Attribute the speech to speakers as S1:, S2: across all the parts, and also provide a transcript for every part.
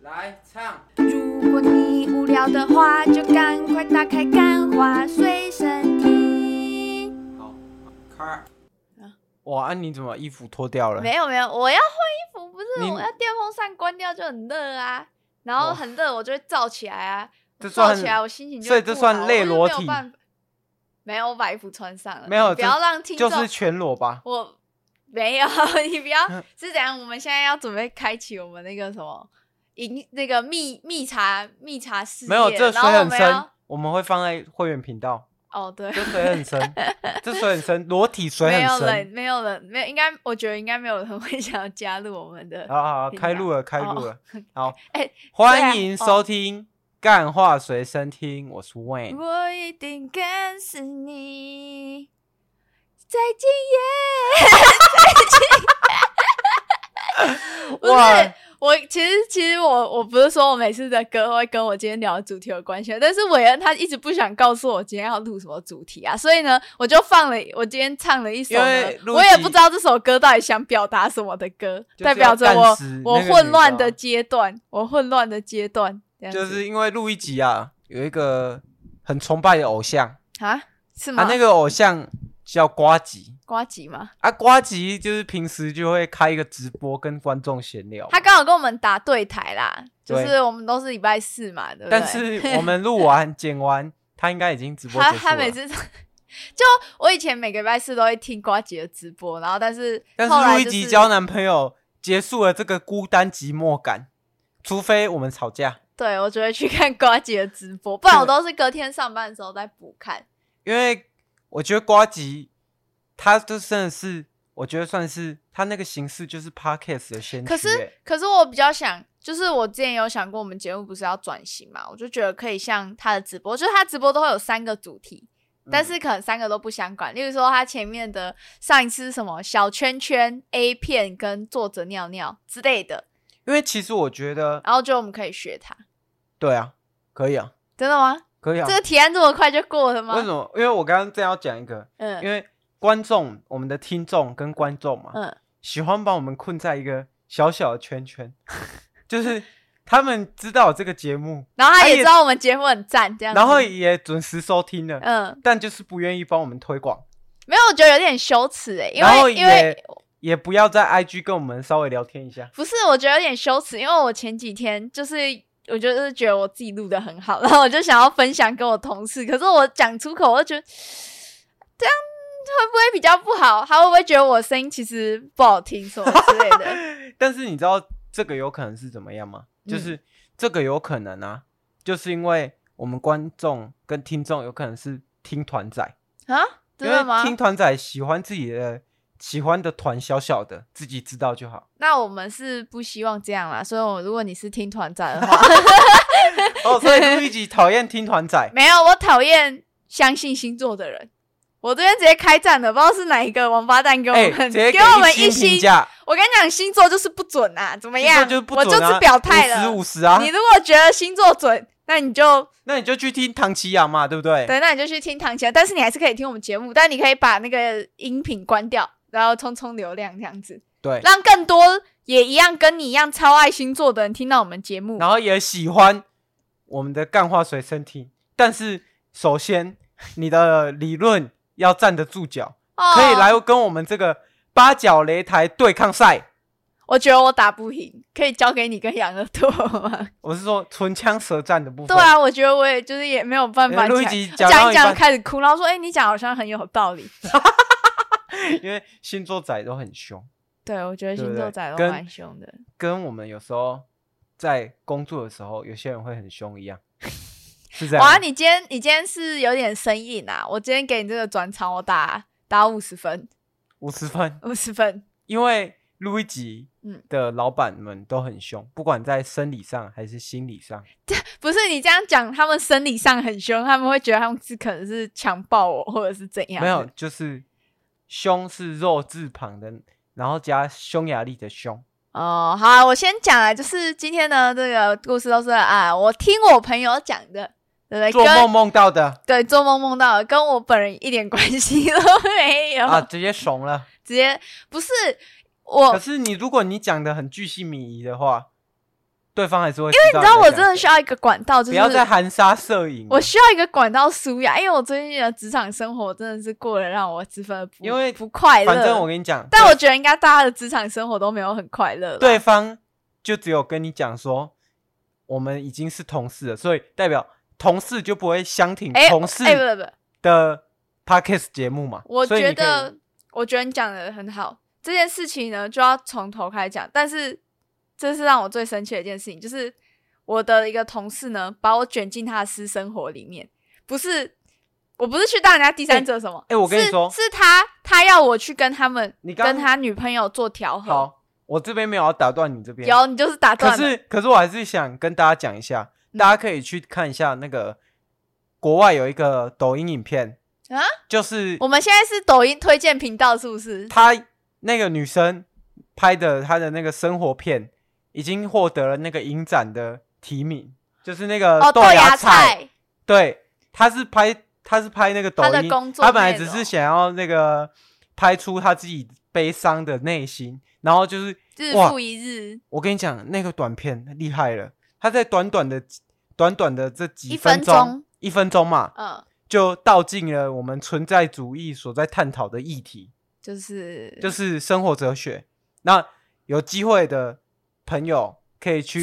S1: 来唱，
S2: 如果你无聊的话，就赶快打开《干花随身听
S1: 好，开。
S3: 哇，啊、你怎么衣服脱掉》。了？
S2: 没有没有，我要换衣服，不
S3: 你
S2: 是我要电风扇关掉就很热啊，然后
S3: 哇
S2: 很热我就会燥起来啊，
S3: 这
S2: 燥
S3: 算
S2: 起来我心情就
S3: 所以
S2: 不
S3: 这
S2: 好
S3: 算类
S2: 我就
S3: 裸
S2: 没有
S3: 体
S2: 办法没有，我把衣服穿上了，
S3: 没有
S2: 你不
S3: 这
S2: 要让听
S3: 就
S2: 众
S3: 是全嗯裸吧？
S2: 我没有， 你不要是怎样？我们现在要准备开启我们那个什么营那个密密茶密茶事业，
S3: 没有，这水
S2: 然后我
S3: 很
S2: 们
S3: 深
S2: 要，
S3: 我们会放在会员频道。
S2: 哦，对，
S3: 这水很 深，这水很深，裸体水
S2: 没有
S3: 很
S2: 人，
S3: 深。
S2: 没有人，没有，应该我觉得应该没有人会 想要加入我们的。
S3: 好好好，
S2: 频
S3: 开路
S2: 道
S3: 了，开路
S2: 哦
S3: 了。好，
S2: 哎
S3: 欢迎
S2: 对啊哦
S3: 收听《干话随身听》，我是 Wayne。
S2: 我一定跟死你，再见耶！ 不是
S3: 哇，
S2: 我其实其实我我不是说我每次的歌会跟我今天聊的主题有关系，但是韦恩他一直不想告诉我今天要录什么主题啊，所以呢，我就放了我今天唱了一首
S3: 因
S2: 呢
S3: 为，录
S2: 我也
S3: 集
S2: 不知道这首歌到底想表达什么的歌，
S3: 就是
S2: 代表着
S3: 要
S2: 我
S3: 干死
S2: 我
S3: 那个
S2: 混
S3: 女
S2: 乱
S3: 的啊
S2: 的阶段，我混乱的阶段，这样
S3: 就
S2: 子
S3: 是因为录一集啊，有一个很崇拜的偶像
S2: 啊是吗？
S3: 啊，那个偶像叫瓜吉
S2: 瓜吉吗？
S3: 啊，瓜吉就是平时就会开一个直播跟观众闲聊，
S2: 他刚好跟我们打对台啦，就
S3: 对
S2: 是我们都是礼拜四嘛，对不对？
S3: 但是我们录完剪完，他应该已经直播结
S2: 他
S3: 束了。
S2: 他每次就我以前每个礼拜四都会听瓜姐的直播，然后但是
S3: 但
S2: 后
S3: 是
S2: 来
S3: 录一
S2: 就
S3: 集
S2: 是
S3: 交男朋友，结束了这个孤单寂寞感，除非我们吵架，
S2: 对我就会去看瓜姐的直播，不然我都是隔天上班的时候再补 看。
S3: 因为我觉得瓜吉他就真的是，我觉得算是他那个形式就是 podcast 的先驱、
S2: 可是
S3: 欸
S2: 可是我比较想，就是我之前有想过，我们节目不是要转型嘛，我就觉得可以像他的直播，就是他直播都会有三个主题，
S3: 嗯
S2: 但是可能三个都不相关。例如说，他前面的上一次是什么小圈圈 A 片跟作者尿尿之类的，
S3: 因为其实我觉得，
S2: 然后就我们可以学他。
S3: 对啊，可以啊，
S2: 真的吗？
S3: 可以啊
S2: 这。个提案这么快就过了吗？
S3: 为什么？因为我刚刚正要讲一个，因
S2: 嗯
S3: 为观众，我们的听众跟观众嘛，
S2: 嗯，
S3: 喜欢把我们困在一个小小的圈圈， 就是他们知道有这个节目，
S2: 然后他
S3: 他也
S2: 也知道我们节目很赞，这样子。
S3: 然后也准时收听了，
S2: 嗯，
S3: 但就是不愿意帮我们推广，
S2: 没有，我觉得有点羞耻哎、因
S3: 然后
S2: 为因为
S3: 也也不要在 IG 跟我们稍微聊天一下。
S2: 不是，我觉得有点羞耻，因为我前几天就是我就是觉得我自己录的很好， 然后我就想要分享给我同事，可是我讲出口，我就觉得这样会不会比较不好？他会不会觉得我声音其实不好听什么之类 的？
S3: 但是你知道这个有可能是怎么样吗？
S2: 嗯
S3: 就是这个有可能啊，就是因为我们观众跟听众有可能是听团仔，
S2: 啊，真的
S3: 因为
S2: 吗？
S3: 听团仔喜欢自己的喜欢的团小小的，自己知道就好。
S2: 那我们是不希望这样啦，所以我如果你是听团长的话，
S3: 哦，所以录一 集讨厌听团 仔，
S2: 没有，我讨厌相信星座的人。我这边直接开战了，不知道是哪一个王八蛋给我
S3: 哎、
S2: 们、
S3: 直接
S2: 给我们
S3: 一星
S2: 星
S3: 评价，
S2: 我跟你讲，星座就是不准啊，怎么
S3: 星座
S2: 样？
S3: 就是不准、啊、
S2: 我就是表态
S3: 五
S2: 了。
S3: 十五十啊。
S2: 你如果觉得星座准，那你就
S3: 那你就去听唐奇阳嘛，对不对？
S2: 对，那你就去听唐琪，但是你还是可以听我们节目，但你可以把那个音频关掉，然后充充流量这样子，
S3: 对，
S2: 让更多也一样跟你一样超爱星座的人听到我们节目。
S3: 然后也喜欢我们的干话随身听，但是首先你的理论要站得住脚，
S2: 哦
S3: 可以来跟我们这个八角擂台对抗赛。
S2: 我觉得我打不赢，可以交给你跟养乐多吗？
S3: 我是说唇枪舌战的部分。
S2: 对，啊，我觉得我也就是也没有办法
S3: 录一
S2: 讲
S3: 集讲
S2: 讲
S3: 到
S2: 一
S3: 一
S2: 讲
S3: 半，
S2: 开始哭，然后说：“哎、你讲好像很有道理。
S3: 因为星座仔都很凶，”
S2: 对，我觉
S3: 对
S2: 得星
S3: 不
S2: 座
S3: 对
S2: 仔都
S3: 跟
S2: 蛮凶的。
S3: 跟我们有时候在工作的时候，有些人会很凶一样，是这样吗。
S2: 哇，你今天你今天是有点生硬啊！我今天给你这个转场，我打打五十分，
S3: 五十分，
S2: 五十分。
S3: 因为录一集
S2: 嗯
S3: 的老板们都很凶，不管在生理上还是心理上。
S2: 不是你这样讲，他们生理上很凶，他们会觉得他们是可能是强暴我，或者是怎样的？
S3: 没有，就是凶是肉字旁的，然后加匈牙利的凶。
S2: 哦，好啊、我先讲啊，就是今天呢，这个故事都是啊，我听我朋友讲的，对不对？
S3: 做
S2: 哎跟
S3: 梦梦到的
S2: 对，做梦梦到的，跟我本人一点关系都没有，
S3: 啊，直接怂了。
S2: 直接不是
S3: 可
S2: 我
S3: 是你如果你讲的很巨细靡遗的话，对方还是会因为
S2: 你知道我真的需要一个管道，就是
S3: 啊不要再含沙射影了。
S2: 我需要一个管道舒压，因为我最近的职场生活真的是过得让我十分不
S3: 因为
S2: 不快乐。
S3: 反正我跟你讲，
S2: 但
S3: 对
S2: 我觉得应该大家的职场生活都没有很快乐。
S3: 对，方就只有跟你讲说，我们已经是同事了，所以代表同事就不会相挺
S2: 哎、
S3: 同事
S2: 哎、不不不，
S3: 的 podcast 节目嘛。
S2: 我
S3: 所以
S2: 觉
S3: 你可以
S2: 得，我觉得你讲的很好。这件事情呢，就要从头开始讲。但是，这是让我最生气的一件事情，就是我的一个同事呢，把我卷进他的私生活里面。不是，我不是去当人家第三者什么。
S3: 哎哎我跟你说
S2: 是是他他要我去跟他们，
S3: 你刚
S2: 跟他女朋友做调和。
S3: 好，我这边没有要打断你这边，
S2: 有，你就是打
S3: 可
S2: 断了。
S3: 是可是我还是想跟大家讲一下，
S2: 嗯
S3: 大家可以去看一下那个国外有一个抖音影片
S2: 啊，
S3: 就是
S2: 我们现在是抖音推荐频道，是不是？
S3: 她那个女生拍的她的那个生活片，已经获得了那个影展的提名，就是那个
S2: 哦，豆
S3: 呃芽
S2: 芽菜，
S3: 对，她是拍她是拍那个抖
S2: 她的
S3: 音，
S2: 工作
S3: 她本来
S2: 内
S3: 只是
S2: 容
S3: 想要那个拍出她自己悲伤的内心，然后就是
S2: 日
S3: 哇
S2: 复一日，
S3: 我跟你讲，那个短片厉害了，他在短短的短短的这几
S2: 一分
S3: 钟，一分
S2: 钟
S3: 钟嘛，
S2: 嗯，
S3: 就道尽了我们存在主义所在探讨的议题，
S2: 就是
S3: 就是生活哲学。那有机会的朋友可以 去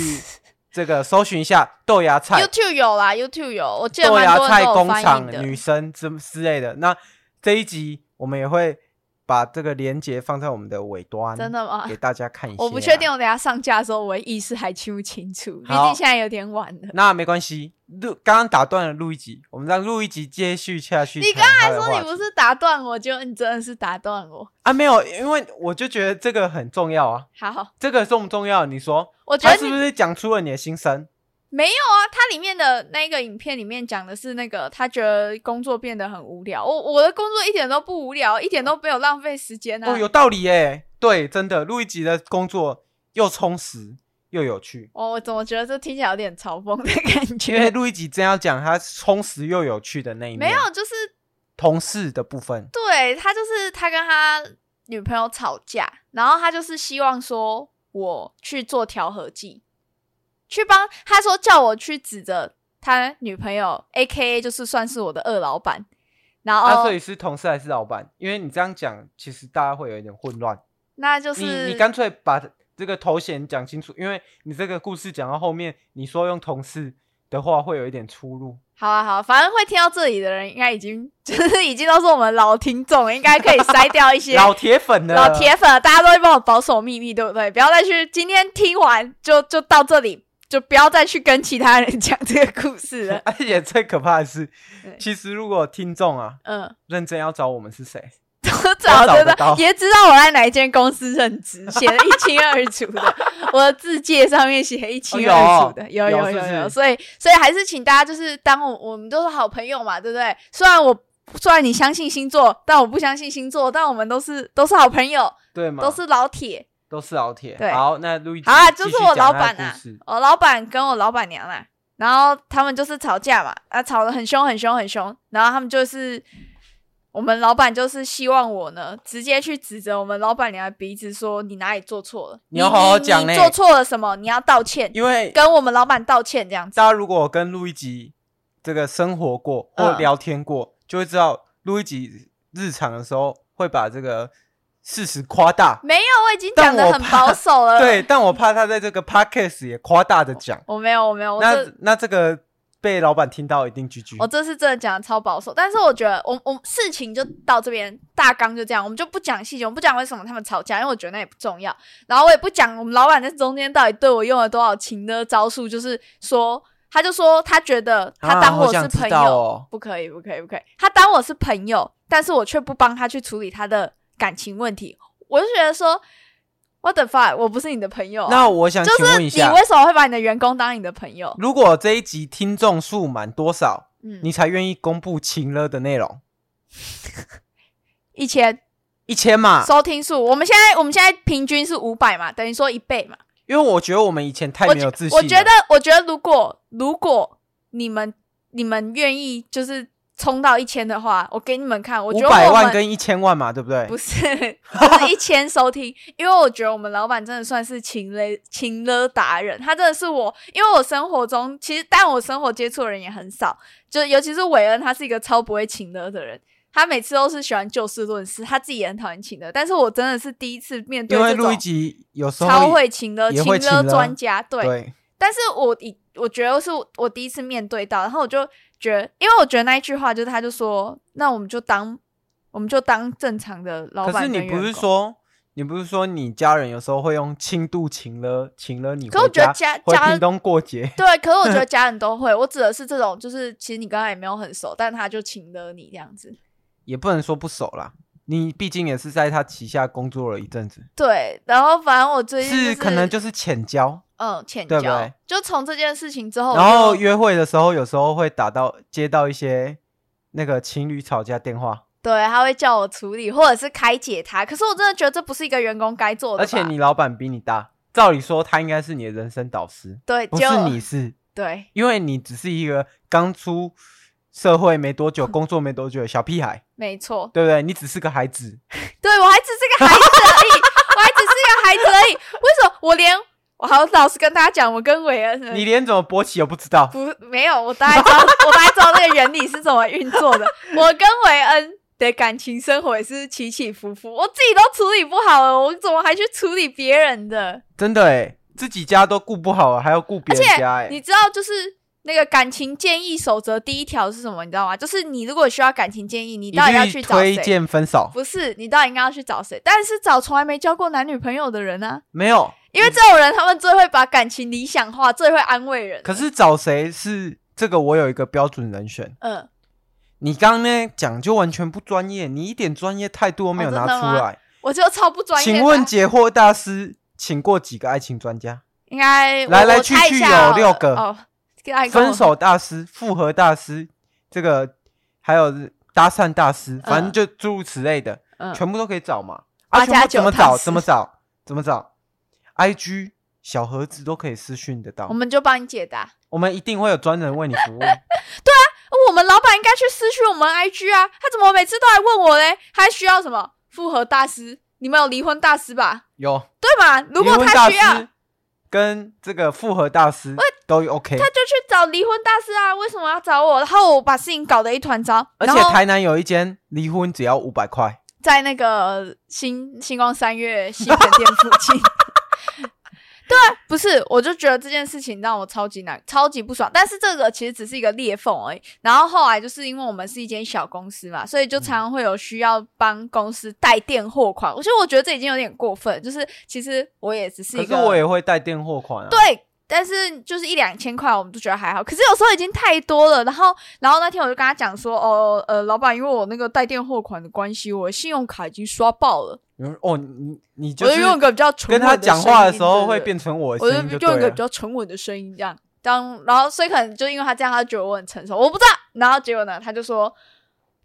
S3: 这个搜寻一下豆芽菜、
S2: YouTube 有啦，YouTube 有，我记得
S3: 豆
S2: 蛮
S3: 芽
S2: 多人
S3: 菜
S2: 都有
S3: 工
S2: 翻
S3: 厂
S2: 译的。
S3: 女生之之类的。那这一集我们也会把这个连接放在我们的尾端，
S2: 真的吗
S3: 给？大家看一下。
S2: 我不确定，我等一下上架的时候，我的意识还清不清楚，毕
S3: 好
S2: 竟现在有点晚了。
S3: 那没关系，录刚刚打断了录一集，我们让录一集接续下去。
S2: 你
S3: 刚才
S2: 他说你不是打断我，结果你真的是打断我。
S3: 啊？没有，因为我就觉得这个很重要啊。
S2: 好，
S3: 这个重不重要？你说，
S2: 我觉
S3: 他
S2: 得
S3: 是
S2: 你
S3: 不是讲出了你的心声？
S2: 没有啊，它里面的那个影片里面讲的是那个他觉得工作变得很无聊，我我的工作一点都不无聊，一点都没有浪费时间啊。
S3: 哦，有道理耶。对，真的，录一集的工作又充实又有趣。
S2: 哦我怎么觉得这听起来有点嘲讽的感
S3: 因为
S2: 觉？
S3: 录一集真要讲他充实又有趣的那一面，
S2: 没有，就是
S3: 同事的部分。
S2: 对他就是他跟他女朋友吵架，然后他就是希望说我去做调和剂，去帮他说叫我去指着他女朋友，A K A 就是算是我的二老板，然后、
S3: 啊，所以是同事还是老板？因为你这样讲，其实大家会有一点混乱。
S2: 那就是
S3: 你你干脆把这个头衔讲清楚，因为你这个故事讲到后面，你说用同事的话会有一点出入。
S2: 好啊好啊，反正会听到这里的人应该已经 就是已经都是我们老听众了，应该可以筛掉一些
S3: 老铁粉呢？。
S2: 老铁粉，大家都会帮我保守秘密，对不对？不要再去今天听完就就到这里，就不要再去跟其他人讲这个故事了
S3: 而且最可怕的是
S2: 对，
S3: 其实如果听众啊
S2: 嗯，
S3: 认真要找我们是谁，
S2: 我早
S3: 找
S2: 知
S3: 得到
S2: 道，也知道我在哪一间公司任职，写 的一清二楚的。我的字界上面写得一清二楚的，有
S3: 哦有
S2: 有
S3: 是不
S2: 有
S3: 是
S2: 有。所以所以还是请大家就是当我我们都是好朋友嘛，对不对？虽然我虽然你相信星座，但我不相信星座，但我们都是都是好朋友，
S3: 对吗？
S2: 都是老铁。
S3: 都是老铁。
S2: 对
S3: 好，那路易
S2: 好啦，就是我老板
S3: 啊
S2: 啊，，我老板跟我老板娘啊，然后他们就是吵架嘛，啊，吵得很凶很凶很凶，然后他们就是我们老板就是希望我呢，直接去指责我们老板娘的鼻子说你哪里做错了，
S3: 你要好好讲
S2: 你
S3: 嘞
S2: 你做错了什么，你要道歉，
S3: 因为
S2: 跟我们老板道歉这样子。
S3: 大家如果跟路易吉这个生活过或
S2: 嗯
S3: 聊天过，就会知道路易吉日常的时候会把这个事实夸大。
S2: 没有，我已经讲
S3: 但
S2: 的
S3: 我
S2: 很
S3: 怕
S2: 保守了。
S3: 对，，但我怕他在这个 podcast 也夸大的讲，
S2: 我没有，我没有，我
S3: 那
S2: 这哦
S3: 那这个被老板听到一定居居
S2: 我。这次真的讲的超保守，但是我觉得我我事情就到这边，大纲就这样，我们就不讲细节，我们不讲为什么他们吵架，因为我觉得那也不重要。然后我也不讲我们老板在中间到底对我用了多少情的招数，就是说，他就说他觉得他当我是
S3: 啊好想知
S2: 朋友，
S3: 道哦
S2: 不可以，不可以，不可以，他当我是朋友，但是我却不帮他去处理他的感情问题，我就觉得说，what the fuck，我不是你的朋友啊、
S3: 那我想请
S2: 就是
S3: 问一
S2: 你
S3: 下，
S2: 为什么会把你的员工当你的朋友？
S3: 如果这一集听众数满多少，
S2: 嗯，
S3: 你才愿意公布情了的内容？
S2: 以前
S3: 一千嘛，
S2: 收听数，我们现在我们现在平均是五百嘛，等于说一倍嘛。
S3: 因为我觉得我们以前太
S2: 我
S3: 没
S2: 觉
S3: 有自信了
S2: 我觉得，我觉得如果如果你们你们愿意就是冲到一千的话，我给你们看，我
S3: 五
S2: 觉得
S3: 百
S2: 我
S3: 万
S2: 们
S3: 跟一千万嘛，对不对？
S2: 不是就是一千收听，因为我觉得我们老板真的算是情勒情勒达人，他真的是我，因为我生活中其实但我生活接触的人也很少，就尤其是韦恩，他是一个超不会情勒的人。他每次都是喜欢就事论事，他自己也很讨厌情勒，但是我真的是第一次面对
S3: 因为
S2: 这
S3: 录一
S2: 种
S3: 集有时候
S2: 超
S3: 也
S2: 会情勒、
S3: 也
S2: 情
S3: 会
S2: 勒
S3: 情勒
S2: 专家，对，
S3: 对，
S2: 但是我以我觉得是我第一次面对到，然后我就觉得，因为我觉得那一句话就是他就说，那我们就当我们就当正常的老
S3: 可
S2: 板
S3: 是
S2: 跟
S3: 你
S2: 员工。
S3: 不是说你不是说你家人有时候会用轻度请了请了你
S2: 可我
S3: 回
S2: 觉得
S3: 家
S2: 家
S3: 回
S2: 家
S3: 屏东过节，
S2: 对，可是我觉得家人都会，我指的是这种，就是其实你跟他也没有很熟，但他就请了你这样子。
S3: 也不能说不熟啦。你毕竟也是在他旗下工作了一阵子，
S2: 对，然后反正我最近、
S3: 是
S2: 是
S3: 可能就是浅交，
S2: 嗯欠
S3: 对
S2: 交，
S3: 不对
S2: 就从这件事情之哦后，
S3: 然后约会的时候有时候会打到接到一些那个情侣吵架电话，
S2: 对他会叫我处理或者是开解他，可是我真的觉得这不是一个员工该做的吧，
S3: 而且你老板比你大，照理说他应该是你的人生导师，
S2: 对
S3: 不
S2: 就是
S3: 你哦是，
S2: 对
S3: 因为你只是一个刚出社会没多 久、工作没多久的小屁孩，
S2: 没错，
S3: 对不对？你只是个孩子，
S2: 对我还只是个孩子而已， 我还只是个孩子而已。为什么我连我好老实跟大家讲，我跟韦恩
S3: 你连怎么勃起都不知道，
S2: 不没有，我大概知道，我大概知道那个原理是怎么运作的。我跟韦恩的感情生活也是起起伏伏，我自己都处理不好了，我怎么还去处理别人的？
S3: 真的哎，自己家都顾不好，还要顾别
S2: 而
S3: 人
S2: 且
S3: 家哎
S2: 你。知道，就是那个感情建议守则第一条是什么？你知道吗？就是你如果需要感情建议，你
S3: 一
S2: 到底要
S3: 律
S2: 去找
S3: 推
S2: 谁？
S3: 荐分手，
S2: 不是，你到底应该要去找谁？但是找从来没交过男女朋友的人啊。
S3: 没有。
S2: 因为这种人，他们最会把感情理想化，最会安慰人。
S3: 可是找谁是这个，我有一个标准人选。
S2: 嗯、
S3: 你刚刚呢讲就完全不专业，你一点专业态度都没有
S2: 哦
S3: 拿
S2: 真的
S3: 出
S2: 吗
S3: 来。
S2: 我就超不专业的。啊
S3: 请问解惑大师，请过几个爱情专家？
S2: 应该
S3: 来
S2: 我
S3: 来
S2: 我
S3: 去
S2: 猜一
S3: 去
S2: 下
S3: 有
S2: 哦
S3: 六个
S2: 哦。来跟我
S3: 分手大师、复合大师，这个还有搭讪大师，反正就诸如此类的。
S2: 嗯，
S3: 全部都可以找嘛。
S2: 八
S3: 啊，全
S2: 加
S3: 部
S2: 九
S3: 怎么
S2: 大
S3: 找？
S2: 师
S3: 怎么找？怎么找？IG 小盒子都可以私讯得到，
S2: 我
S3: 我们
S2: 们就帮你解答。
S3: 一定会有专人为你 服务。
S2: 哦我们老板应该去私讯我们 IG 啊，他怎么每次都来问我嘞？他需要什么复合大师？你们有离婚大师吧？
S3: 有，
S2: 对吧？如果
S3: 离婚大
S2: 他需要，
S3: 师跟这个复合大师都 OK，
S2: 他就去找离婚大师啊。为什么要找我？然后我把事情搞得一团糟。
S3: 而
S2: 然
S3: 且
S2: 后
S3: 台南有一间离婚只要五百块，
S2: 在那个星星光三月西门店附近。对，不是，我就觉得这件事情让我超级难、超级不爽。但是这个其实只是一个裂缝而已。然后后来就是因为我们是一间小公司嘛，所以就常常会有需要帮公司代垫货款。其实我觉得这已经有点过分，就是其实我也只是
S3: 可
S2: 一
S3: 是
S2: 个
S3: 我也会带电货款啊。
S2: 对，但是就是一两千块，我们就觉得还好。可是有时候已经太多了。然后，然后那天我就跟他讲说，哦，呃，老板，因为我那个带电货款的关系，我信用卡已经刷爆了。
S3: 对，哦，你你就
S2: 我就是用一个比较沉
S3: 跟
S2: 稳
S3: 他讲话
S2: 的
S3: 的时候
S2: 声音
S3: 会，变成我
S2: 对
S3: 的
S2: 对
S3: 声音就
S2: 对我就用一个
S3: 对啊
S2: 比
S3: 了。
S2: 较沉稳的声音这样。当然后，所以可能就因为他这样，他觉得我很成熟，我不知道。然后结果呢，他就说。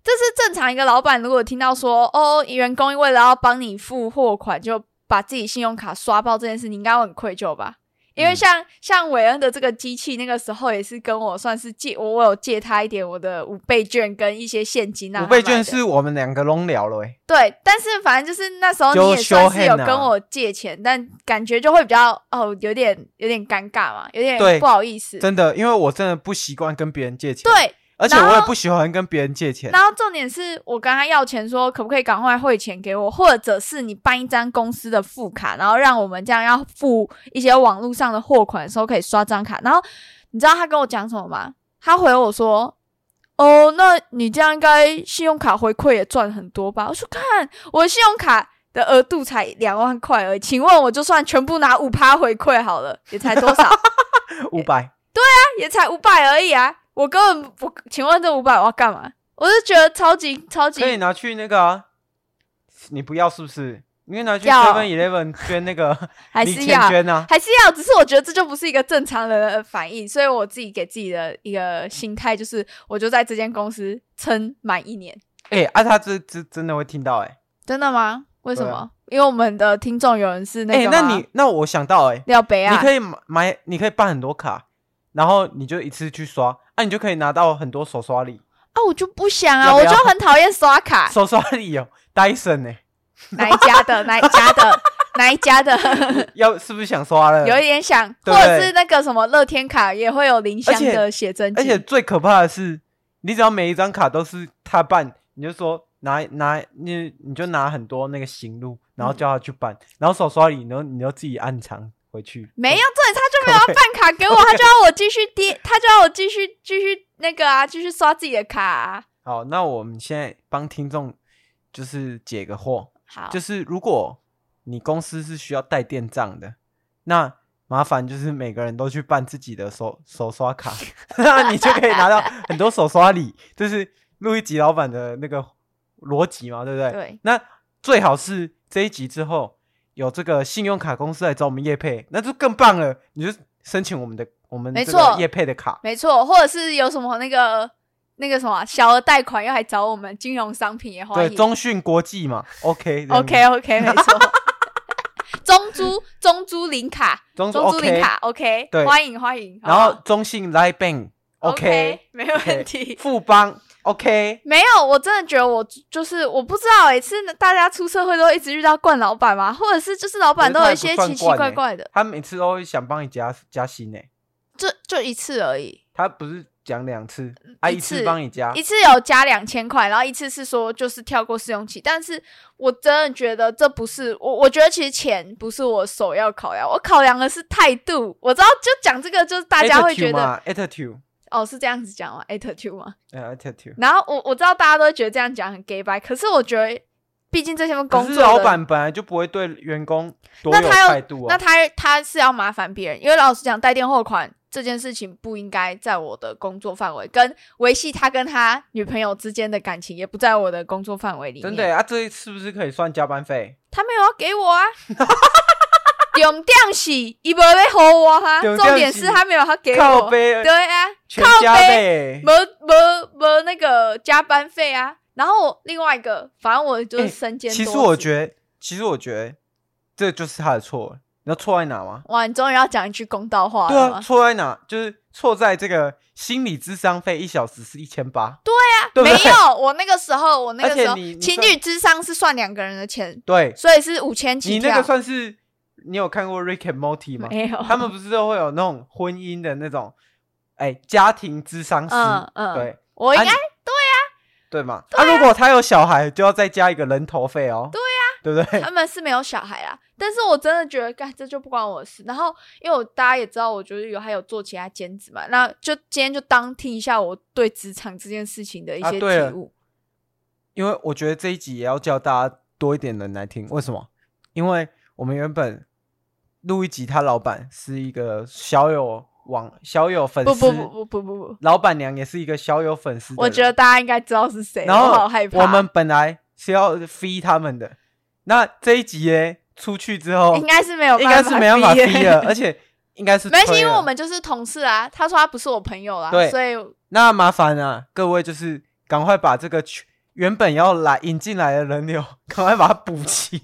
S2: 这是正常一个老板，如果听到说哦，员工为了要帮你付货款，就把自己信用卡刷爆这件事，你应该会很愧疚吧？因为
S3: 嗯
S2: 像、像韦恩的这个机器，那个时候也是跟我算是借我，我有借他一点我的五倍券跟一些现金让
S3: 五
S2: 他
S3: 倍
S2: 买的
S3: 券是我们两个拢聊了欸，
S2: 对，但是反正就是那时候
S3: 就
S2: 你也算是有
S3: show hand 啊
S2: 跟我借钱，但感觉就会比较哦，有点有点尴尬嘛，有点
S3: 对
S2: 不好意思。
S3: 真的，因为我真的不习惯跟别人借钱，，
S2: 对，
S3: 而且
S2: 然
S3: 我也
S2: 后
S3: 不喜欢跟别人借钱。
S2: 然后重点是我跟他要钱，说可不可以赶快汇钱给我，或者是你办一张公司的副卡，然后让我们这样要付一些网络上的货款的时候可以刷张卡。然后你知道他跟我讲什么吗？他回我说：“哦，那你这样应该信用卡回馈也赚很多吧？”我说：“看我的信用卡。”的额度才两万块而已，请问我就算全部拿五趴回馈好了，也才多少？
S3: 五百，
S2: 也才五百而已啊！我根本不，请问这五百我要干嘛？我就觉得超级超级
S3: 可以拿去那个啊，你不要是不是？你可以拿去
S2: 要
S3: Seven Eleven 捐那个
S2: 还
S3: 零
S2: 是
S3: 钱
S2: 要，
S3: 捐啊。
S2: 还是要。只是我觉得这就不是一个正常人的反应，所以我自己给自己的一个心态就是，我就在这间公司撑满一年。
S3: 哎、啊，他这这真的会听到哎、
S2: 真的吗？为什
S3: 对
S2: 么？
S3: 啊
S2: 因为我们的听众有人是
S3: 欸、哎、
S2: 那个吗、
S3: 那你那我想到哎、
S2: 廖北
S3: 你
S2: 啊，
S3: 可以买买，你可以办很多卡，然后你就一次去刷，啊，你就可以拿到很多手刷礼。
S2: 啊，我就不想啊，
S3: 要不
S2: 我
S3: 要
S2: 就很讨厌刷卡，
S3: 手刷里有 Dyson 欸呢、
S2: 哪一家的，哪一 家的，哪一家的，
S3: 要是不是想刷了？
S2: 有一点想，或
S3: 对
S2: 者是那个什么乐天卡也会有林
S3: 而
S2: 香
S3: 且
S2: 的写真集，
S3: 而且最可怕的是，你只要每一张卡都是他办，你就说拿拿你你就拿很多那个行路，然后叫他去办，然后手刷里你都你都自己暗藏回去。
S2: 没有，
S3: 嗯，
S2: 这里他就没 有要办卡给我，他就要我继续跌，他就要我继续继续那个啊，继续刷自己的卡、啊。
S3: 好，那我们现在帮听众就是解个惑，
S2: 好，
S3: 就是如果你公司是需要带电账的，那麻烦就是每个人都去办自己的手手刷卡，那你就可以拿到很多手刷礼，就是路易吉老板的那个逻辑嘛，对不对？
S2: 对
S3: 那最好是这一集之后有这个信用卡公司来找我们业配，那就更棒了。你就申请我们的我们
S2: 没
S3: 这
S2: 错
S3: 个业配的卡，
S2: 没错，或者是有什么那个那个什么啊小额贷款要来找我们，金融商品也欢
S3: 对
S2: 迎。
S3: 中嗯讯国际嘛，OK 这样子
S2: OK OK，没错。 中租中租零卡，
S3: 中
S2: 中租
S3: OK，
S2: 零卡 OK，
S3: 对
S2: 欢迎欢迎。
S3: 然
S2: 好不
S3: 后
S2: 好
S3: 中信 Line Bank
S2: 哦
S3: OK。
S2: 没有
S3: OK，
S2: 问题。
S3: 富邦 OK，
S2: 没有，我真的觉得我就是我不知道哎、是大家出社会都一直遇到惯老板吗？或者是就是老板都有一些
S3: 可是他也
S2: 奇
S3: 不算
S2: 奇
S3: 惯欸
S2: 怪怪的，
S3: 他每次都会想帮你加加薪呢、
S2: 就就一次而已，
S3: 他不是讲两次，他
S2: 嗯一
S3: 一
S2: 次
S3: 次帮你加
S2: 一，次有加两千块，然后一次是说就是跳过试用期，但是我真的觉得这不是我，我觉得其实钱不是我首要考量，我考量的是态度。我知道就讲这个，就是大家会觉
S3: Attitude
S2: 得
S3: 嘛 attitude，
S2: 哦是这样子讲吗？attitude 吗？
S3: 呃 attitude，
S2: 然后我我知道大家都会觉得这样讲很 gay 白，可是我觉得毕竟这些份工
S3: 可是
S2: 作
S3: 老
S2: 的
S3: 板本来就不会对员工多
S2: 那
S3: 有
S2: 他要
S3: 态度
S2: 那
S3: 啊。
S2: 他他是要麻烦别人，因为老实讲，带电货款这件事情不应该在我的工作范围，跟维系他跟他女朋友之间的感情也不在我的工作范围里面。
S3: 真的、欸、啊，这是不是可以算加班费？
S2: 他没有要给我啊。 重点是，伊无要给我哈、
S3: 重点是
S2: 重点是他没有要给
S3: 靠
S2: 我。
S3: 背
S2: 对啊，
S3: 全加倍，
S2: 没没没那个加班费啊。然后我另外一个，反正我就是
S3: 欸
S2: 身兼、多
S3: 其实我
S2: 职
S3: 觉得，其实我觉得这就是他的错了。你知道错在哪吗？
S2: 哇，你终于要讲一句公道话
S3: 对
S2: 了
S3: 啊，
S2: 吗？
S3: 错在哪？就是错在这个心理智商费一小时是一千八。对啊，
S2: 没有，我那个时候，我那个时候
S3: 而且你你
S2: 情
S3: 算
S2: 侣之商是算两个人的钱，
S3: 对，
S2: 所以是五千起
S3: 你
S2: 跳。
S3: 那个算是你有看过 Rick and Morty 吗？
S2: 没有？
S3: 他们不是都会有那种婚姻的那种，哎、家庭智商师，
S2: 嗯嗯
S3: 对
S2: 我应
S3: 啊
S2: 该
S3: 对嘛？啊，如果他有小孩，就要再加一个人头费哦。对
S2: 啊
S3: 呀、对不对？
S2: 他们是没有小孩啊，但是我真的觉得，干这就不关我的事。然后，因为我大家也知道，我就是有还有做其他兼职嘛，那就今天就当听一下我对职场这件事情的一
S3: 啊
S2: 些
S3: 对
S2: 体
S3: 了
S2: 悟。
S3: 因为我觉得这一集也要叫大家多一点人来听，为什么？因为我们原本录一集，他老板是一个小有网小有粉
S2: 不
S3: 丝，
S2: 不不不不不不，
S3: 老板娘也是一个小有粉丝的人，
S2: 我觉得大家应该知道是谁，
S3: 然
S2: 我好
S3: 后
S2: 害怕。
S3: 我们本来是要飞他们的，那这一集呢出去之后，
S2: 应该是没有，
S3: 应该是没办法
S2: 逼
S3: 逼了，而且应该是
S2: 没关系，
S3: 推
S2: 因为
S3: 了
S2: 我们就是同事啊。他说他不是我朋友啦，
S3: 对
S2: 所以
S3: 那麻烦啊，各位就是赶快把这个群原本要来引进来的人流， 赶快把它补齐。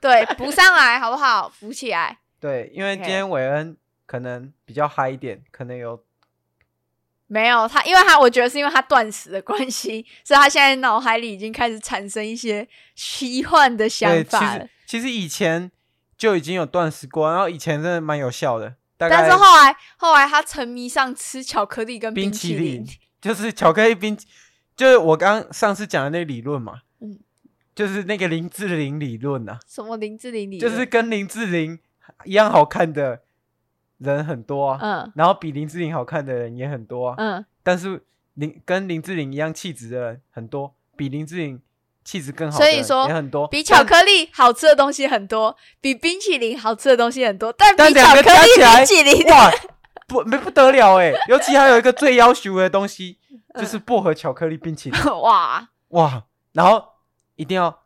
S2: 对补上来好不好？补起来。
S3: 对，因为今
S2: OK
S3: 天韦恩可能比较嗨一点，可能有
S2: 没有他，因为他我觉得是因为他断食的关系，所以他现在脑海里已经开始产生一些奇幻的想
S3: 对，其
S2: 法了
S3: 实。其实以前就已经有断食过，然后以前真的蛮有效的，大概
S2: 但是后来后来他沉迷上吃巧克力跟
S3: 冰
S2: 淇
S3: 淇
S2: 淋，
S3: 淋就是巧克力冰淇，就是我刚上次讲的那个理论嘛，
S2: 嗯
S3: 就是那个林志玲理论呐、啊。
S2: 什么林志玲理
S3: 就
S2: 论，
S3: 是跟林志玲一样好看的人很多啊，
S2: 嗯
S3: 然后比林志玲好看的人也很多啊，
S2: 嗯，
S3: 但是林跟林志玲一样气质的人很多，比林志玲气质更好的
S2: 所以
S3: 人
S2: 说
S3: 也很多，
S2: 比巧
S3: 但
S2: 克力好吃的东西很多，比冰淇淋好吃的东西很多，但
S3: 但
S2: 比巧
S3: 两
S2: 克
S3: 个加
S2: 力
S3: 起来
S2: 冰淇淋，
S3: 哇不没不得了哎、尤其还有一个最要求的东西
S2: 嗯
S3: 就是薄荷巧克力冰淇淋、
S2: 哇，
S3: 哇，然后一定要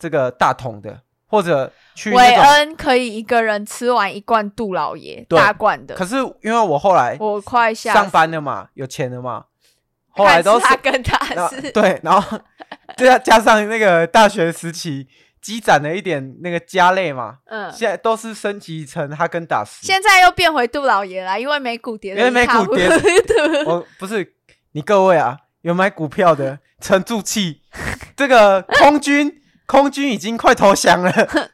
S3: 这个大桶的或者去
S2: 韦
S3: 那种，
S2: 恩可以一个人吃完一罐杜老爷
S3: 对
S2: 大罐
S3: 可
S2: 的，
S3: 是因为我后来
S2: 我快吓
S3: 上
S2: 死
S3: 班了嘛，有钱了嘛，后来都
S2: 看是他
S3: 是。
S2: 跟
S3: 然
S2: 他
S3: 后
S2: 是
S3: 对，然后 再加上那个大学时期积攒了一点那个家累嘛，
S2: 嗯，
S3: 现在都是升级成哈根达斯。
S2: 现在又变回杜老爷啦，因为美股跌了
S3: 因为
S2: 一塌
S3: 美股
S2: 糊涂，
S3: 跌我不是你各位啊，有买股票 的沉住气，这个空军空军已经快投降了，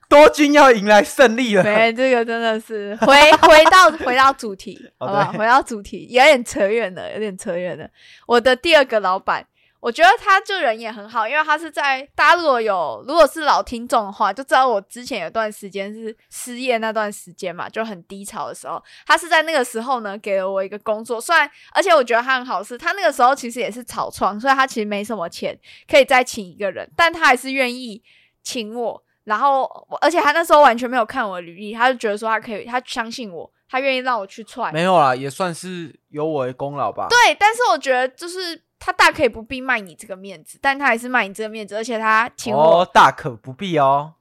S3: 多军要迎来胜利了。
S2: 没，这个真的 是回回到回到主题，好
S3: 好
S2: 不好？
S3: 对
S2: 回到主题，有点扯远了，有点扯远了。我的第二个老板，我觉得他就人也很好，因为他是在大家如果有如果是老听众的话，就知道我之前有段时间是失业那段时间嘛，就很低潮的时候，他是在那个时候呢给了我一个工作，虽然而且我觉得他很好是，他那个时候其实也是草创，所以他其实没什么钱，可以再请一个人，但他还是愿意请我。然后我，而且他那时候完全没有看我的履历，他就觉得说他可以，他相信我，他愿意让我去踹。
S3: 没有啦，也算是有我的功劳吧。
S2: 对，但是我觉得就是他大可以不必卖你这个面子，但他还是卖你这个面子，而且他请我
S3: 哦，大可不必哦，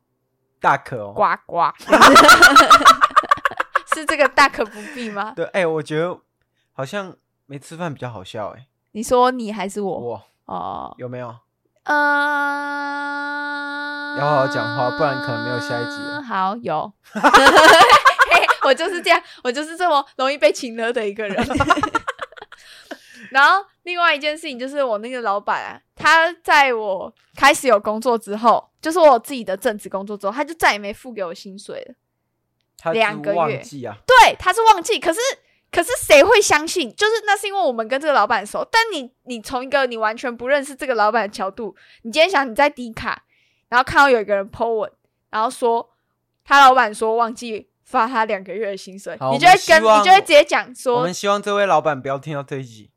S3: 大可哦。
S2: 呱 呱，是这个大可不必吗？
S3: 对，哎、我觉得好像没吃饭比较好笑、哎，
S2: 你说你还是我？
S3: 我
S2: 哦，
S3: 有没有？
S2: 嗯，
S3: 要好好讲话不然可能没有下一集了
S2: 好， 有。 嘿我就是这样，我就是这么容易被请了的一个人。 然后另外一件事情就是，我那个老板啊，他在我开始有工作之后，就是我有自己的正职工作之后，他就再也没付给我薪水了。
S3: 他
S2: 两
S3: 是
S2: 个
S3: 忘
S2: 月
S3: 记啊，
S2: 对，他是忘记，可是可是谁会相信？就是那是因为我们跟这个老板熟，但你你从一个你完全不认识这个老板的角度，你今天想你在迪卡，然后看到有一个人 po 文，然后说他老板说忘记发他两个月的薪水，
S3: 好
S2: 你就会
S3: 我们希
S2: 跟
S3: 望
S2: 你就会直接讲
S3: 我
S2: 说
S3: 们希望这位老板不要听到这一集。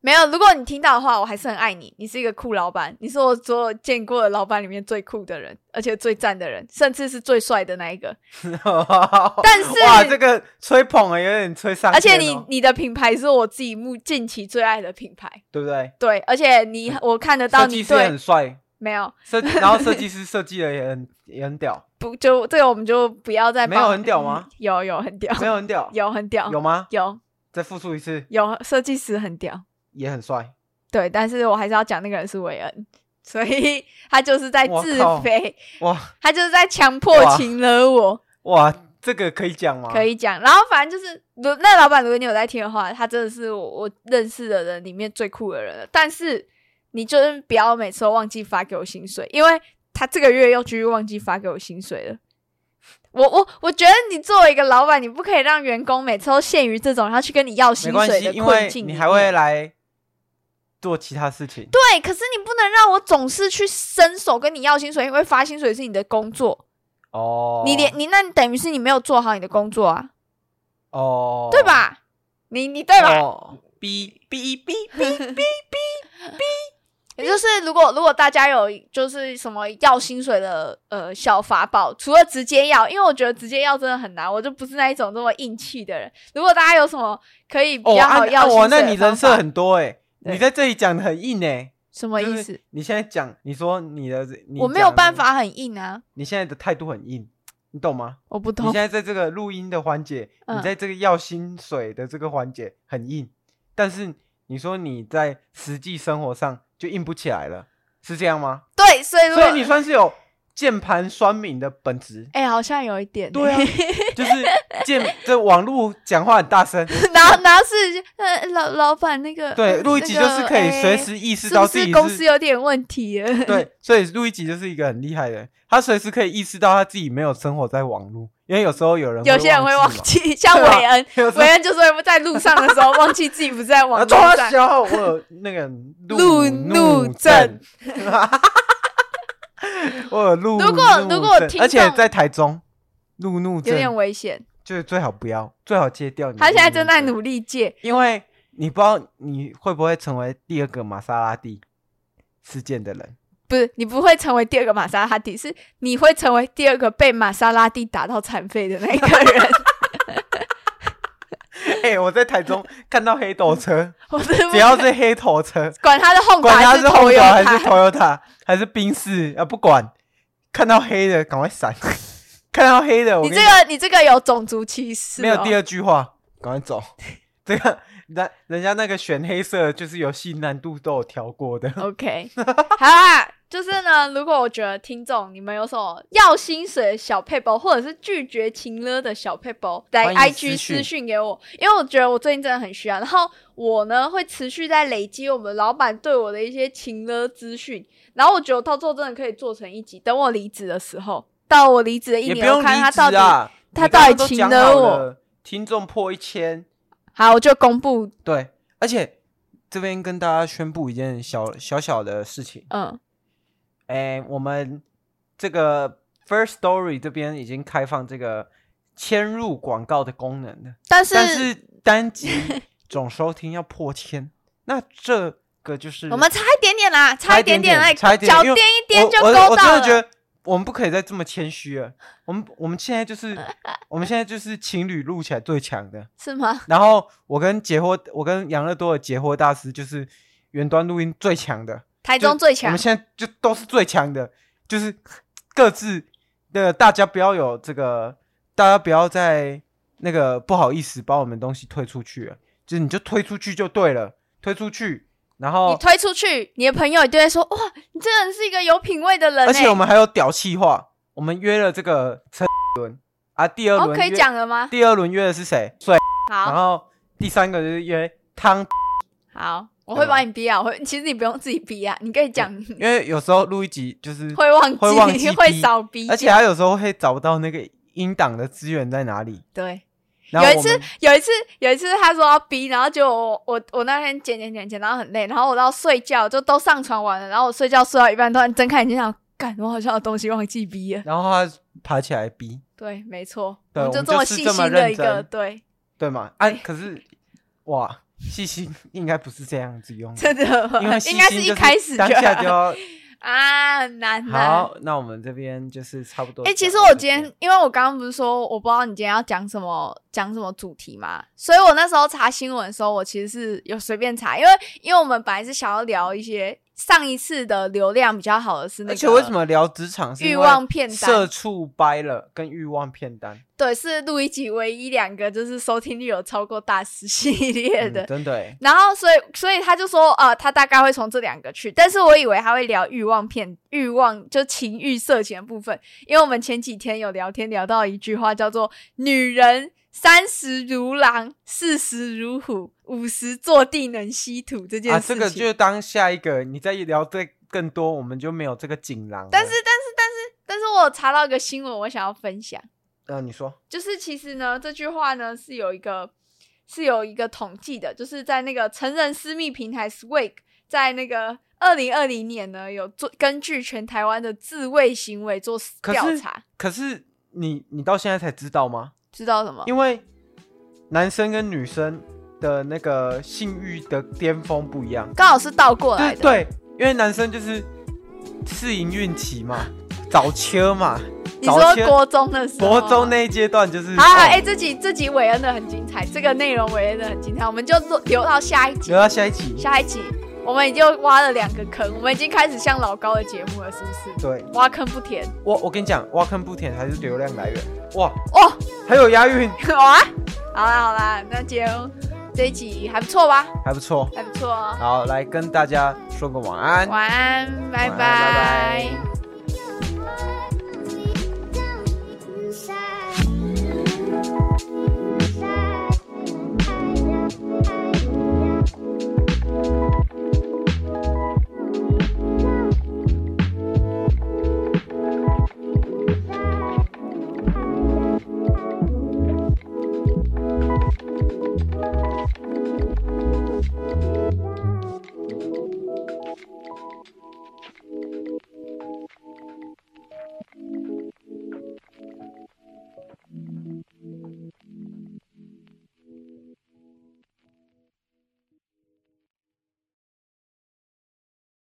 S2: 没有。如果你听到的话，我还是很爱你，你是一个酷老板，你是我所有见过的老板里面最酷的人，而且最赞的人，甚至是最帅的那一个。
S3: 但
S2: 是
S3: 哇，这个吹捧啊，有点吹上
S2: 而且
S3: 天
S2: 你
S3: 哦
S2: 你的品牌是我自己目近期最爱的品牌。
S3: 对不对？
S2: 对，而且你我看得到
S3: 哎设
S2: 你
S3: 计师也
S2: 对
S3: 很帅，
S2: 没有
S3: 设然后设计师设计的也很也很 屌，
S2: 不就这个我们就不要再
S3: 没有
S2: 帮嗯
S3: 很屌吗？
S2: 有有很屌，
S3: 没有很屌，
S2: 有很屌，
S3: 有吗？
S2: 有
S3: 再复述一次，
S2: 有设计师很屌，
S3: 也很帅。
S2: 对，但是我还是要讲那个人是韦恩，所以他就是在
S3: 我
S2: 自
S3: 靠
S2: 肥，
S3: 哇
S2: 他就是在强迫
S3: 哇
S2: 请了我，
S3: 哇，这个可以讲吗？
S2: 可
S3: 以。
S2: 以讲。然后反正就是，如那老板，如果你有在听的话，他真的是我我认识的人里面最酷的人了。但是你就是不要每次都忘记发给我薪水，因为他这个月又继续忘记发给我薪水了。 我我我觉得你作为一个老板，你不可以让员工每次都陷于这种要去跟你要薪
S3: 没关
S2: 水
S3: 系，
S2: 的
S3: 因
S2: 困
S3: 为
S2: 境里
S3: 你
S2: 面。
S3: 还会来做其他事情。
S2: 对，可是你不能让我总是去伸手跟你要薪水，因为发薪水是你的工作，
S3: 哦，
S2: 你连你那等于是你没有做好你的工作啊，
S3: 哦，
S2: 对？吧？你你对吧？
S3: 哦哔哔哔哔，
S2: 也就是如果如果大家有就是什么要薪水的呃小法宝，除了直接要，因为我觉得直接要真的很难，我就不是那一种这么硬气的人。如果大家有什么可以 比
S3: 哦，
S2: 较好
S3: 啊
S2: 要薪水的方法、
S3: 哇，那你人设很多哎，
S2: 对
S3: 你在这里讲的很硬哎，
S2: 什么
S3: 就
S2: 意
S3: 是
S2: 思？
S3: 你现在讲，你说你的，你
S2: 我没有
S3: 讲
S2: 办，法很硬啊，
S3: 你现在的态度很硬，你懂吗？
S2: 我不
S3: 你
S2: 懂
S3: 现。在在这个录音的环节，
S2: 嗯
S3: 你在这个要薪水的这个环节很硬，但是你说你在实际生活上就硬不起来了，是这样吗？
S2: 对，所以哎如果，
S3: 所以你算是有键盘酸敏的本质
S2: 哎、好像有一点、欸
S3: 对啊就是键这网络讲话很大声，
S2: 然后然后是呃老老板那个
S3: 对，录一集就是可以随。
S2: 呃那个哎
S3: 时意识
S2: 是不
S3: 到自己
S2: 是公司有点问题了？
S3: 对，所以录一集就是一个很厉害的人，他随时可以意识到他自己没有生活在网络，因为有时候有人
S2: 有些人会忘
S3: 忘嘛，
S2: 记，像
S3: 对啊
S2: 韦恩，
S3: 有时
S2: 韦恩就是会在路上的时候忘记自己不是在网
S3: 候
S2: 络
S3: 啊抓
S2: 上。
S3: 小我有那 个
S2: 路怒
S3: 怒
S2: 症，
S3: 我有路怒
S2: 如果
S3: 症，
S2: 如果听
S3: 而且
S2: 众
S3: 在台中路怒
S2: 有点
S3: 症
S2: 危险。
S3: 就是最好不要，最好戒掉你的
S2: 他
S3: 路怒症。
S2: 现在正在努力戒，
S3: 因为你不知道你会不会成为第二个玛莎拉蒂事件的人。
S2: 不是你不会成为第二个玛莎拉蒂，是你会成为第二个被玛莎拉蒂打到残废的那 个人。
S3: 哎、我在台中看到黑头 车，
S2: 我真的
S3: 只要是黑头 车，
S2: 管他的轰
S3: 管它
S2: 还
S3: 是
S2: 头
S3: Honda
S2: 油
S3: 还是 Toyota 还是宾士啊，不管，看到黑的赶快闪， 看到黑的我
S2: 你
S3: 跟
S2: 这个你这个有种族歧视、哦，
S3: 没有第二句话，赶快走。 这个人 人家那个选黑色的就是有性难度都有调过的，
S2: OK，好啦，就是呢，如果我觉得听众你们有什么要薪水的小配包，或者是拒绝情勒的小配包，来
S3: 欢迎私
S2: IG 私
S3: 讯
S2: 讯给我，因为我觉得我最近真的很需要。然后我呢会持续在累积我们老板对我的一些情勒资讯，然后我觉得我到最后真的可以做成一集。等我离职的时候，到我离职的一
S3: 也不
S2: 年，我
S3: 用离
S2: 看他
S3: 职
S2: 到底、
S3: 啊，
S2: 他
S3: 你
S2: 到
S3: 刚刚
S2: 底
S3: 都
S2: 请
S3: 讲
S2: 了
S3: 好
S2: 我
S3: 了，听众破一千，
S2: 好，我就公布，
S3: 对，而且这边跟大家宣布一件小小小的事情，
S2: 嗯，
S3: 哎，我们这个 First Story 这边已经开放这个嵌入广告的功能了，
S2: 但是
S3: 但是单集总收听要破千，那这个就是
S2: 我们差一点点啦，
S3: 差
S2: 一点
S3: 点，
S2: 哎，
S3: 差一点
S2: 小
S3: 因
S2: 点
S3: 为
S2: 一点就
S3: 我
S2: 勾
S3: 我我真
S2: 到
S3: 的
S2: 了。
S3: 觉得我们不可以再这么谦虚了。我们我们现在就是 我们现在就是情侣录起来最强的。
S2: 是吗？
S3: 然后我跟结货，我跟养乐多的结货大师就是远端录音最强的，
S2: 台
S3: 就
S2: 中最
S3: 我
S2: 强
S3: 们，现在就都是最强的，就是各自的大家不要有这个，大家不要再那个不好意思把我们东西推出去了，就是你就推出去就对了，推出去。然后
S2: 你推出去，你的朋友一定会说：“哇，你这人是一个有品味的人、欸。”
S3: 而且我们还有屌气话，我们约了这个陈轮啊，第二
S2: 哦，
S3: 轮、
S2: 可以讲。了吗？
S3: 第二轮约的是谁？水。然
S2: 好
S3: 后第三个就是约汤，
S2: 好，我会
S3: 干嘛
S2: 把你逼啊，我会。其实你不用自己逼啊，你可以讲，
S3: 因为有时候录一集就是，
S2: 会忘 记，
S3: 会忘记逼
S2: 会少逼掉。
S3: 而且他有时候会找不到那个音档的资源在哪里。
S2: 对，
S3: 然后
S2: 有一
S3: 我
S2: 次
S3: 们
S2: 有一次，有一次他说要逼，然后就我我我那天剪剪剪剪到很累，然后我到睡觉就都上床完了，然后我睡觉睡到一半，突然睁开眼睛想，干，我好像有东西忘记逼了。
S3: 然后他爬起来逼，
S2: 对，没错，
S3: 对
S2: 我们
S3: 我们
S2: 这么
S3: 就是
S2: 细
S3: 这么
S2: 心的
S3: 认
S2: 一个，
S3: 真
S2: 对，
S3: 对吗？哎、可是哇，细心应该不是这样子用的，
S2: 真的，
S3: 因为细
S2: 应该
S3: 心
S2: 一
S3: 就
S2: 开始
S3: 当
S2: 就
S3: 下就要。
S2: 啊，很难的。
S3: 好，那我们这边就是差不多
S2: 哎、
S3: 讲到这边。
S2: 其实我今天，因为我刚刚不是说我不知道你今天要讲什么，讲什么主题嘛，所以我那时候查新闻的时候，我其实是有随便查，因为因为我们本来是想要聊一些上一次的流量比较好的是那个，
S3: 而且为什么聊职场是因
S2: 欲
S3: 为
S2: 望片单
S3: 社畜掰了跟欲望片单
S2: 对是录一集唯一两个就是收听率有超过大师系列
S3: 嗯
S2: 的，
S3: 真的欸
S2: 然后，所以，所以他就说，呃，他大概会从这两个去，但是我以为他会聊欲望片、欲望就情欲色情的部分，因为我们前几天有聊天聊到一句话叫做“女人三十如狼，四十如虎，五十坐地能吸土” 这件
S3: 啊，
S2: 事
S3: 这
S2: 情。
S3: 个就当下一个，你再聊这更多，我们就没有这个锦囊了。
S2: 但是，但是，但是，但是我有查到一个新闻，我想要分享。
S3: 呃，你说
S2: 就是其实呢，这句话呢是有一个是有一个统计的，就是在那个成人私密平台 Swig，在那个二零二零年呢有做根据全台湾的自慰行为做
S3: 可
S2: 调
S3: 是
S2: 查，
S3: 可是你你到现在才知道吗？
S2: 知道什么？
S3: 因为男生跟女生的那个性欲的巅峰不一样，
S2: 刚好是倒过来
S3: 对
S2: 的，
S3: 对，因为男生就是适应孕期嘛，早秋嘛，
S2: 你
S3: 早
S2: 说
S3: 秋
S2: 国中的时候，
S3: 国中。那一阶段就是
S2: 哦好好，
S3: 哦
S2: 哎、这集这集韦恩的很精彩，这个内容韦恩的很精彩，我们就做留到下一集
S3: 留。到下一集。
S2: 下一集我们已经挖了两个坑，我们已经开始像老高的节目了，是不是？
S3: 对，
S2: 挖坑不填，
S3: 我我跟你讲，挖坑不填才是流量来源。哇，
S2: 哇、
S3: 还有押韵，
S2: 好啊，好啦好啦，那节目这一集还不错吧？
S3: 还不错。
S2: 还不错哦。
S3: 好，来跟大家说个晚安。
S2: 晚安，拜
S3: 晚安拜
S2: 拜
S3: 拜